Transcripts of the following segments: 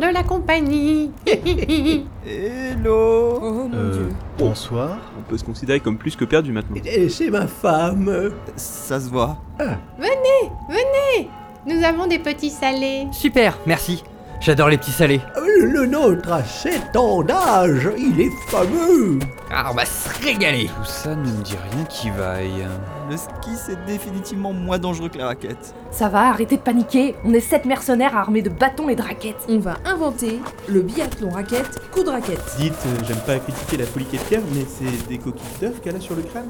de la compagnie. Hello Oh mon Euh, dieu. bonsoir. On peut se considérer comme plus que perdu maintenant. Et c'est ma femme. Euh, Ça se voit. Nous avons des petits salés. Super, merci. J'adore les petits salés. Le, le nôtre a 7 ans d'âge. Il est fameux. Ah, on va se régaler. Tout ça ne me dit rien qui vaille. Le ski, c'est définitivement moins dangereux que la raquette. Ça va, arrêtez de paniquer. On est sept mercenaires armés de bâtons et de raquettes. On va inventer le biathlon raquette, coup de raquette. Dites, euh, j'aime pas critiquer la folie Pierre, mais c'est des coquilles d'œufs qu'elle a sur le crâne.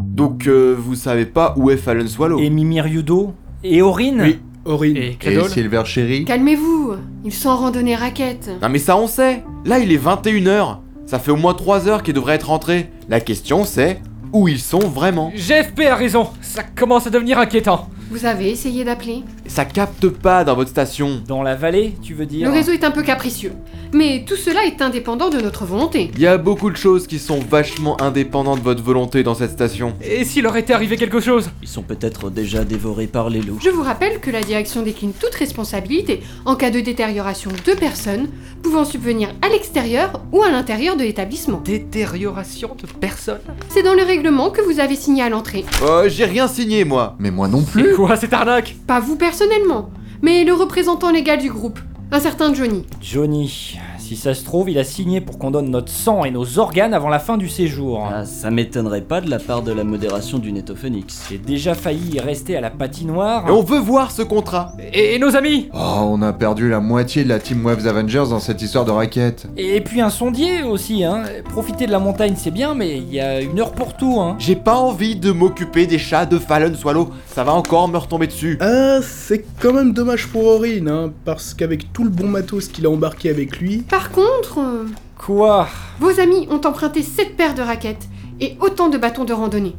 Donc, euh, vous savez pas où est Fallen Swallow Et Mimi Ryudo Et Aurine Oui. Aurine. Et Cradle. Silver Sherry Calmez-vous, ils sont en randonnée raquette. Non mais ça on sait Là il est 21h Ça fait au moins 3 heures qu'ils devraient être rentrés La question c'est où ils sont vraiment GFP a raison. Ça commence à devenir inquiétant. Vous avez essayé d'appeler Ça capte pas dans votre station Dans la vallée, tu veux dire Le réseau est un peu capricieux. Mais tout cela est indépendant de notre volonté. Il y a beaucoup de choses qui sont vachement indépendantes de votre volonté dans cette station. Et s'il leur était arrivé quelque chose Ils sont peut-être déjà dévorés par les loups. Je vous rappelle que la direction décline toute responsabilité en cas de détérioration de personnes pouvant subvenir à l'extérieur ou à l'intérieur de l'établissement. Détérioration de personne C'est dans le règlement que vous avez signé à l'entrée. Euh, j'ai rien signé moi Mais moi non Mais plus. quoi, cette arnaque Pas vous personnellement, mais le représentant légal du groupe, un certain Johnny. Johnny, si ça se trouve, il a signé pour qu'on donne notre sang et nos organes avant la fin du séjour. Ah, ça m'étonnerait pas de la part de la modération du Netophonix. J'ai déjà failli y rester à la patinoire. Et on veut voir ce contrat et, et nos amis Oh, on a perdu la moitié de la Team Waves Avengers dans cette histoire de raquette. Et puis un sondier aussi, hein. Profiter de la montagne, c'est bien, mais il y a une heure pour tout, hein. J'ai pas envie de m'occuper des chats de Fallen Swallow, ça va encore me retomber dessus. Ah, c'est quand même dommage pour Aurine, hein, parce qu'avec tout le bon matos qu'il a embarqué avec lui, Par contre, euh, Quoi vos amis ont emprunté 7 paires de raquettes et autant de bâtons de randonnée.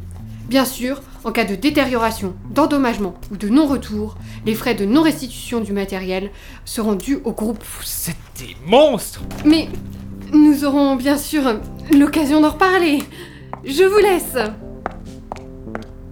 Bien sûr, en cas de détérioration, d'endommagement ou de non-retour, les frais de non-restitution du matériel seront dus au groupe. Vous êtes des monstres Mais nous aurons bien sûr euh, l'occasion d'en reparler. Je vous laisse.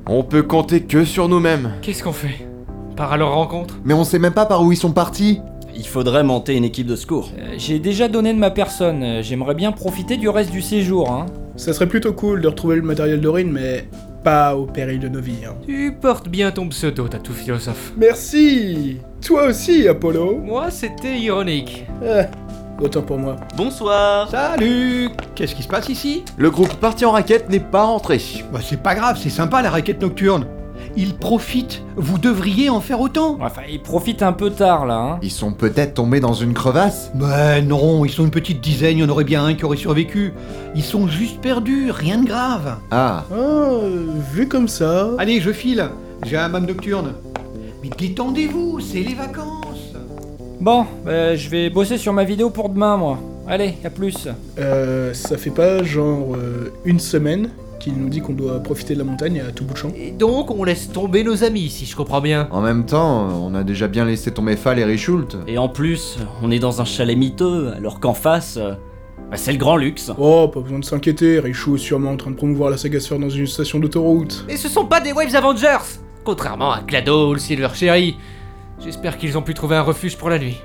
On peut compter que sur nous-mêmes. Qu'est-ce qu'on fait On part à leur rencontre Mais on sait même pas par où ils sont partis. Il faudrait monter une équipe de secours. Euh, J'ai déjà donné de ma personne, euh, j'aimerais bien profiter du reste du séjour, hein. ça serait plutôt cool de retrouver le matériel d'Aurine, mais pas au péril de nos vies. hein. Tu portes bien ton pseudo, t'as tout philosophe. Merci Toi aussi, Apollo Moi, c'était ironique. Ah, Autant pour moi. Bonsoir Salut Qu'est-ce qui se passe ici Le groupe parti en raquette n'est pas rentré. Bah c'est pas grave, c'est sympa la raquette nocturne. Il profite, vous devriez en faire autant. Enfin, il profite un peu tard, là, hein. Ils sont peut-être tombés dans une crevasse. Bah non, ils sont une petite dizaine, il y en aurait bien un qui aurait survécu. Ils sont juste perdus, rien de grave. Ah, Ah, euh, vu comme ça... Allez, je file, j'ai un mam nocturne. Mais détendez-vous, c'est les vacances. Bon, bah, je vais bosser sur ma vidéo pour demain, moi. Allez, à plus. Euh, ça fait pas genre euh, une semaine qu'il nous dit qu'on doit profiter de la montagne à tout bout de champ. Et donc, on laisse tomber nos amis, si je comprends bien. en même temps, on a déjà bien laissé tomber Fall et Richult. Et en plus, on est dans un chalet miteux, alors qu'en face, euh, bah, c'est le grand luxe. Oh, pas besoin de s'inquiéter, Richou est sûrement en train de promouvoir la saga sphère dans une station d'autoroute. Mais ce sont pas des Waves Avengers Contrairement à Clado ou le Silver Sherry. J'espère qu'ils ont pu trouver un refuge pour la nuit.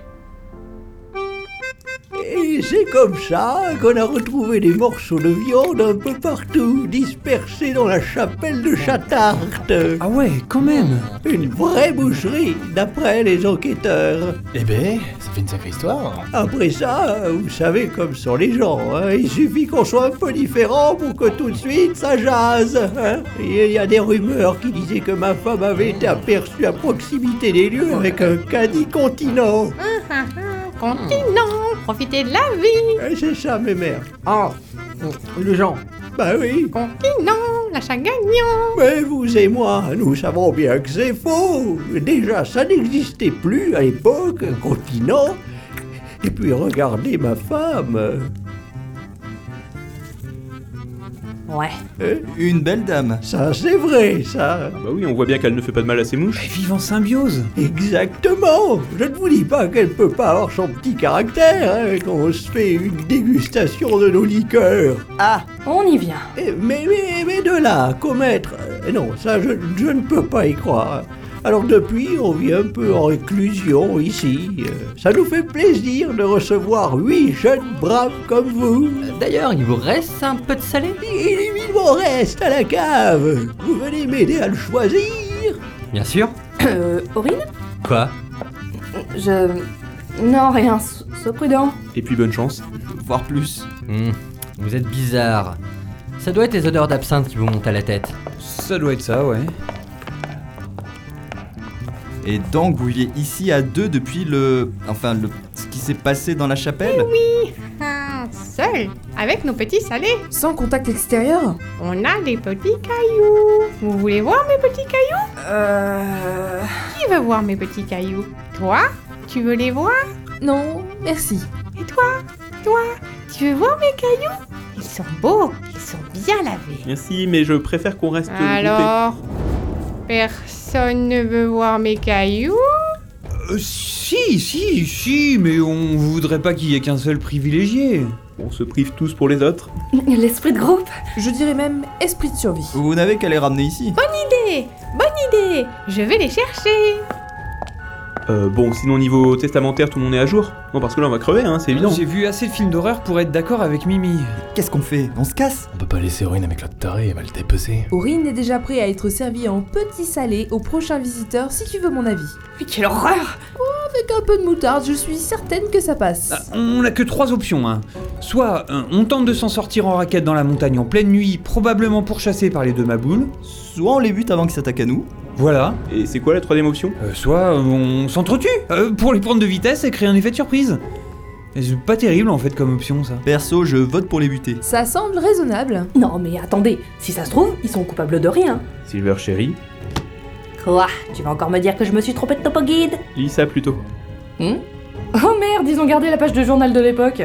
Et c'est comme ça qu'on a retrouvé des morceaux de viande un peu partout, dispersés dans la chapelle de Chatarte. Ah ouais, quand même Une vraie boucherie, d'après les enquêteurs. Eh ben, ça fait une sacrée histoire. Après ça, euh, vous savez comme sont les gens, hein, il suffit qu'on soit un peu différent pour que tout de suite ça jase. hein. Et Il y a des rumeurs qui disaient que ma femme avait été aperçue à proximité des lieux avec un caddie continent. Continent, profitez de la vie. Euh, C'est ça, mes mères. Oh Le genre Bah oui, Continent, l'achat gagnant. mais vous et moi, nous savons bien que c'est faux. Déjà, ça n'existait plus à l'époque, un continent. Et puis regardez ma femme. Ouais. Euh, Une belle dame. Ça, c'est vrai, ça. Bah oui, on voit bien qu'elle ne fait pas de mal à ses mouches. Elles vivent en symbiose. Exactement. Je ne vous dis pas qu'elle peut pas avoir son petit caractère hein, quand on se fait une dégustation de nos liqueurs. Ah On y vient. Eh, Mais, mais, mais de là, à commettre. euh, Non, ça, je, je ne peux pas y croire. Alors depuis, on vit un peu en réclusion ici. Euh, Ça nous fait plaisir de recevoir huit jeunes braves comme vous. D'ailleurs, il vous reste un peu de salé Il, il m'en reste à la cave. Vous venez m'aider à le choisir Bien sûr. Euh, Aurine Quoi Je. Non, rien, so- sois prudent. Et puis bonne chance. Voir plus. vous êtes bizarre. Ça doit être les odeurs d'absinthe qui vous montent à la tête. Ça doit être ça, ouais. Et donc, vous vivez ici à deux depuis le. Enfin, le... ce qui s'est passé dans la chapelle Oui Seul, avec nos petits salés. Sans contact extérieur On a des petits cailloux. Vous voulez voir mes petits cailloux Euh... Qui veut voir mes petits cailloux Toi Tu veux les voir Non, merci. Et toi Toi Tu veux voir mes cailloux Ils sont beaux, ils sont bien lavés. Merci, mais je préfère qu'on reste. groupés. Alors Personne ne veut voir mes cailloux Euh, si, si, si, mais on voudrait pas qu'il y ait qu'un seul privilégié. On se prive tous pour les autres. L'esprit de groupe Je dirais même esprit de survie. Vous n'avez qu'à les ramener ici. Ah, Bonne idée Bonne idée Je vais les chercher Euh, bon, sinon niveau testamentaire, tout le monde est à jour. Non, parce que là on va crever, hein, c'est évident. J'ai vu assez de films d'horreur pour être d'accord avec Mimi. Qu'est-ce qu'on fait On se casse On peut pas laisser Aurine avec l'autre taré, elle va le dépasser. Aurine est déjà prêt à être servie en petit salé au prochain visiteur si tu veux mon avis. Mais quelle horreur Avec un peu de moutarde, je suis certaine que ça passe. Ah, On a que trois options. Hein. Soit euh, on tente de s'en sortir en raquette dans la montagne en pleine nuit, probablement pourchassé par les deux maboules. Soit on les bute avant qu'ils s'attaquent à nous. Voilà. Et c'est quoi la troisième option Soit euh, on s'entretue euh, pour les prendre de vitesse et créer un effet de surprise. Et C'est pas terrible en fait comme option ça. Perso, je vote pour les buter. Ça semble raisonnable. Non, mais attendez, si ça se trouve, ils sont coupables de rien. Silver Chéri, Quoi Tu vas encore me dire que je me suis trompée de topo guide lis ça plutôt. Hmm Oh merde, ils ont gardé la page de journal de l'époque.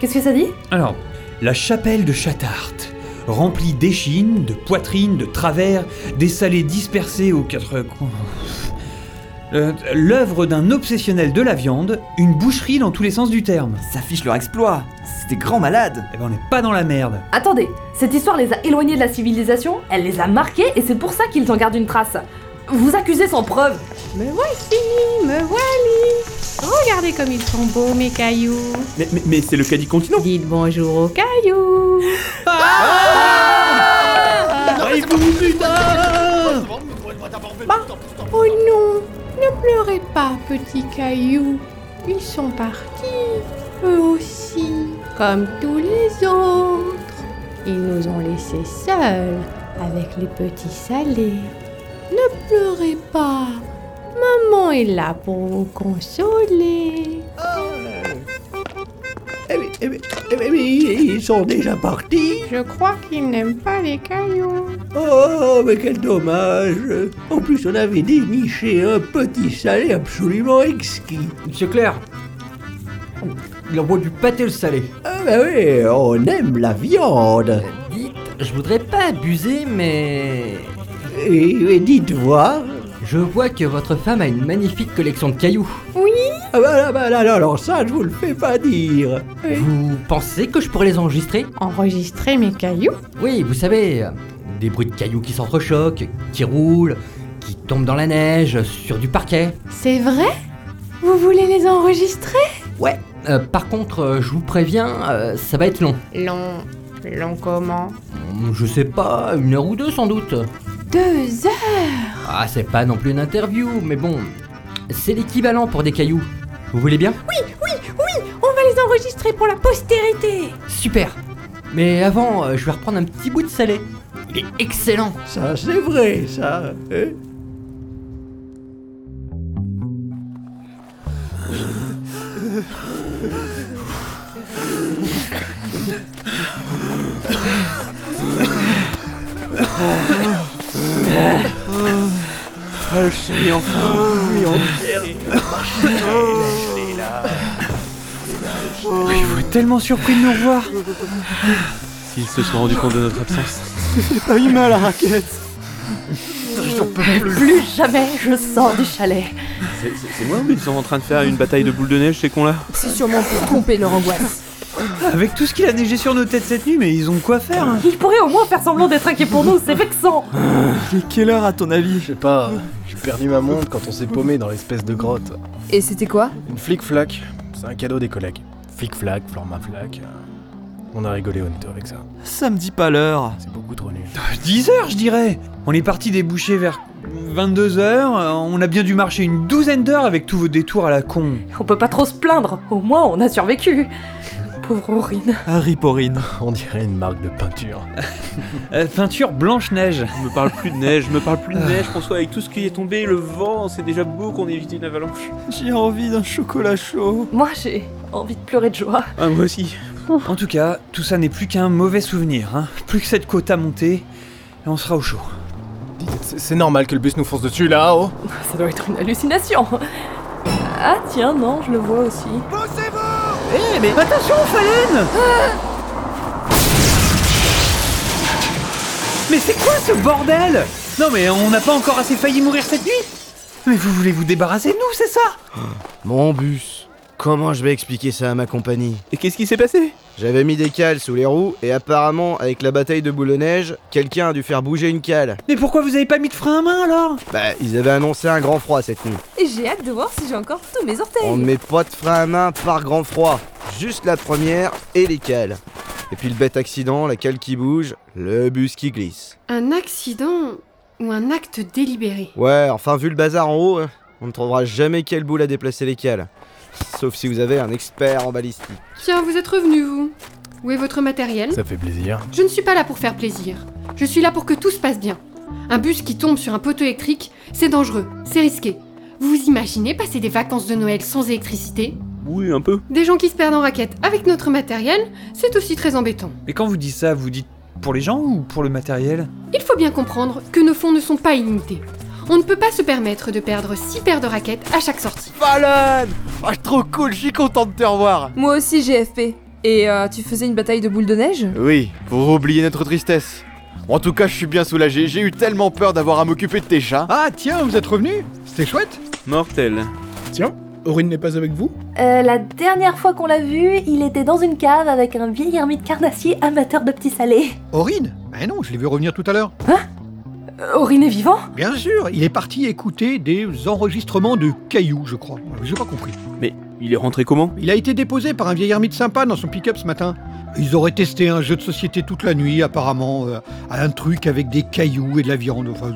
Qu'est-ce que ça dit Alors, la chapelle de Chatart, remplie d'échines, de poitrines, de travers, des salés dispersés aux quatre coins. Euh, L'œuvre d'un obsessionnel de la viande, une boucherie dans tous les sens du terme. Ça fiche leur exploit C'est des grands malades Eh ben on n'est pas dans la merde Attendez, cette histoire les a éloignés de la civilisation, elle les a marqués et c'est pour ça qu'ils en gardent une trace. Vous accusez sans preuve Me voici, me voili Regardez comme ils sont beaux, mes cailloux Mais, mais, mais c'est le caddie continent Dites bonjour aux cailloux Arrive-vous, Ah putain Oh non Ne pleurez pas, petits cailloux Ils sont partis, eux aussi, comme tous les autres Ils nous ont laissés seuls, avec les petits salés. Ne pleurez pas Maman est là pour vous consoler Ah. Eh mais, mais ils sont déjà partis Je crois qu'ils n'aiment pas les cailloux. Oh, mais quel dommage En plus, on avait déniché un petit salé absolument exquis. Monsieur Claire, il envoie du pâté le salé. Ah bah oui, on aime la viande Je voudrais pas abuser, mais... Et, dites voir Je vois que votre femme a une magnifique collection de cailloux. Oui Ah bah là, bah là, là, alors ça, je vous le fais pas dire Vous pensez que je pourrais les enregistrer Enregistrer mes cailloux Oui, vous savez, euh, des bruits de cailloux qui s'entrechoquent, qui roulent, qui tombent dans la neige, sur du parquet. C'est vrai Vous voulez les enregistrer Ouais. euh, par contre, euh, je vous préviens, euh, ça va être long. Long. Long comment Hum, Je sais pas, une heure ou deux sans doute. Deux heures Ah, c'est pas non plus une interview, mais bon, c'est l'équivalent pour des cailloux. Vous voulez bien Oui, oui, oui On va les enregistrer pour la postérité Super Mais avant, euh, je vais reprendre un petit bout de salé. Il est excellent Ça, c'est vrai, ça hein. Ah, le chéri, enfin Oui, Ils vont être tellement surpris de nous revoir Ils se sont rendus compte de notre absence. J'ai pas eu mal à raquette. Plus jamais je sors du chalet. C'est moi ou ils sont en train de faire une bataille de boules de neige, ces cons-là C'est sûrement pour tromper leur angoisse. Avec tout ce qu'il a neigé sur nos têtes cette nuit, mais ils ont quoi faire hein Ils pourraient au moins faire semblant d'être inquiets pour nous, c'est vexant. Il est quelle heure à ton avis Je sais pas, j'ai perdu ma montre quand on s'est paumé dans l'espèce de grotte. Et c'était quoi Une flic-flac, c'est un cadeau des collègues. Flic-flac, Florma Flac. On a rigolé au netto avec ça. Ça me dit pas l'heure. C'est beaucoup trop nul. 10 Euh, heures, je dirais On est parti déboucher vers 22 heures, euh, on a bien dû marcher une douzaine d'heures avec tous vos détours à la con. On peut pas trop se plaindre, au moins on a survécu. Pauvre Aurine. Harry Porine. On dirait une marque de peinture. Euh, peinture blanche-neige. Je me parle plus de neige, je me parle plus Ah. de neige, François, avec tout ce qui est tombé, le vent, c'est déjà beau qu'on ait évité une avalanche. J'ai envie d'un chocolat chaud. Moi j'ai envie de pleurer de joie. Ah, moi aussi. En tout cas, tout ça n'est plus qu'un mauvais souvenir, hein. Plus que cette côte à monter, et on sera au chaud. C'est c'est normal que le bus nous fonce dessus là-haut. Ça doit être une hallucination. Ah tiens, non, je le vois aussi. Eh, mais attention, Fallen Mais c'est quoi ce bordel Non, mais on n'a pas encore assez failli mourir cette nuit Mais vous voulez vous débarrasser de nous, c'est ça Mon bus. Comment je vais expliquer ça à ma compagnie Et qu'est-ce qui s'est passé J'avais mis des cales sous les roues et apparemment, avec la bataille de boule de neige, quelqu'un a dû faire bouger une cale. Mais pourquoi vous avez pas mis de frein à main alors Bah, ils avaient annoncé un grand froid cette nuit. Et j'ai hâte de voir si j'ai encore tous mes Oh, orteils. On ne met pas de frein à main par grand froid, juste la première et les cales. Et puis le bête accident, la cale qui bouge, le bus qui glisse. Un accident ou un acte délibéré. Ouais, enfin vu le bazar en haut, hein, on ne trouvera jamais quelle boule à déplacer les cales. Sauf si vous avez un expert en balistique. Tiens, vous êtes revenu, vous. Où est votre matériel Ça fait plaisir. Je ne suis pas là pour faire plaisir. Je suis là pour que tout se passe bien. Un bus qui tombe sur un poteau électrique, c'est dangereux, c'est risqué. Vous vous imaginez passer des vacances de Noël sans électricité Oui, un peu. Des gens qui se perdent en raquette avec notre matériel, c'est aussi très embêtant. Mais quand vous dites ça, vous dites pour les gens ou pour le matériel Il faut bien comprendre que nos fonds ne sont pas illimités. On ne peut pas se permettre de perdre 6 paires de raquettes à chaque sortie. Fallen Ah, trop cool, je suis content de te revoir Moi aussi, GFP. Et euh, tu faisais une bataille de boules de neige Oui, pour oublier notre tristesse. En tout cas, je suis bien soulagé, j'ai eu tellement peur d'avoir à m'occuper de tes chats. Ah tiens, vous êtes revenu C'était chouette Mortel. Tiens, Aurine n'est pas avec vous Euh, la dernière fois qu'on l'a vu, il était dans une cave avec un vieil ermite carnassier amateur de petits salés. Aurine Ah non, je l'ai vu revenir tout à l'heure. Euh, Aurine est vivant Bien sûr, il est parti écouter des enregistrements de cailloux, je crois. J'ai pas compris. Mais il est rentré comment Il a été déposé par un vieil ermite sympa dans son pick-up ce matin. Ils auraient testé un jeu de société toute la nuit, apparemment, euh, un truc avec des cailloux et de la viande. enfin.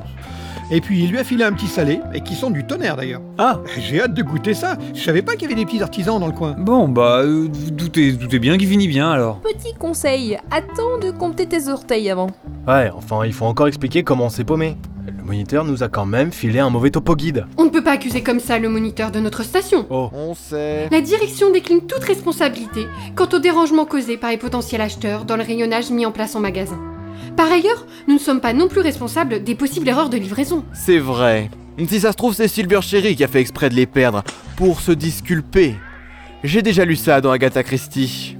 Et puis il lui a filé un petit salé, et qui sent du tonnerre d'ailleurs. Ah J'ai hâte de goûter ça. Je savais pas qu'il y avait des petits artisans dans le coin. Bon, bah, euh, doutez, doutez bien qu'il finit bien alors. Petit conseil, attends de compter tes orteils avant. Ouais, enfin, il faut encore expliquer comment on s'est paumé. Le moniteur nous a quand même filé un mauvais topo guide. On ne peut pas accuser comme ça le moniteur de notre station. Oh. On sait. La direction décline toute responsabilité quant au dérangement causé par les potentiels acheteurs dans le rayonnage mis en place en magasin. Par ailleurs, nous ne sommes pas non plus responsables des possibles erreurs de livraison. C'est vrai. Si ça se trouve, c'est Silver Sherry qui a fait exprès de les perdre pour se disculper. J'ai déjà lu ça dans Agatha Christie.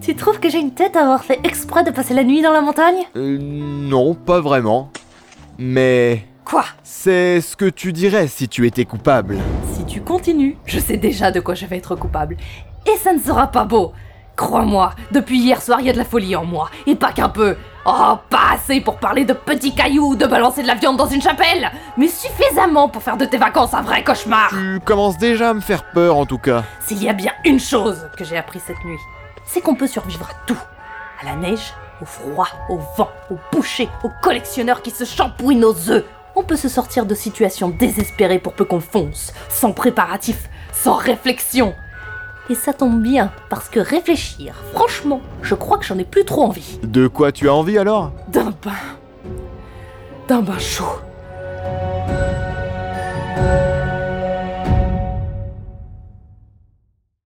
Tu trouves que j'ai une tête à avoir fait exprès de passer la nuit dans la montagne Euh, non, pas vraiment. Mais. Quoi C'est ce que tu dirais si tu étais coupable. Si tu continues, je sais déjà de quoi je vais être coupable. Et ça ne sera pas beau Crois-moi, depuis hier soir, il y a de la folie en moi, et pas qu'un peu Oh, pas assez pour parler de petits cailloux, de balancer de la viande dans une chapelle Mais suffisamment pour faire de tes vacances un vrai cauchemar Tu commences déjà à me faire peur en tout cas. S'il y a bien une chose que j'ai appris cette nuit, c'est qu'on peut survivre à tout. À la neige, au froid, au vent, au boucher, aux collectionneurs qui se champouillent nos œufs. On peut se sortir de situations désespérées pour peu qu'on fonce, sans préparatif, sans réflexion. Et ça tombe bien, parce que réfléchir, franchement, je crois que j'en ai plus trop envie. De quoi tu as envie alors D'un bain. D'un bain chaud.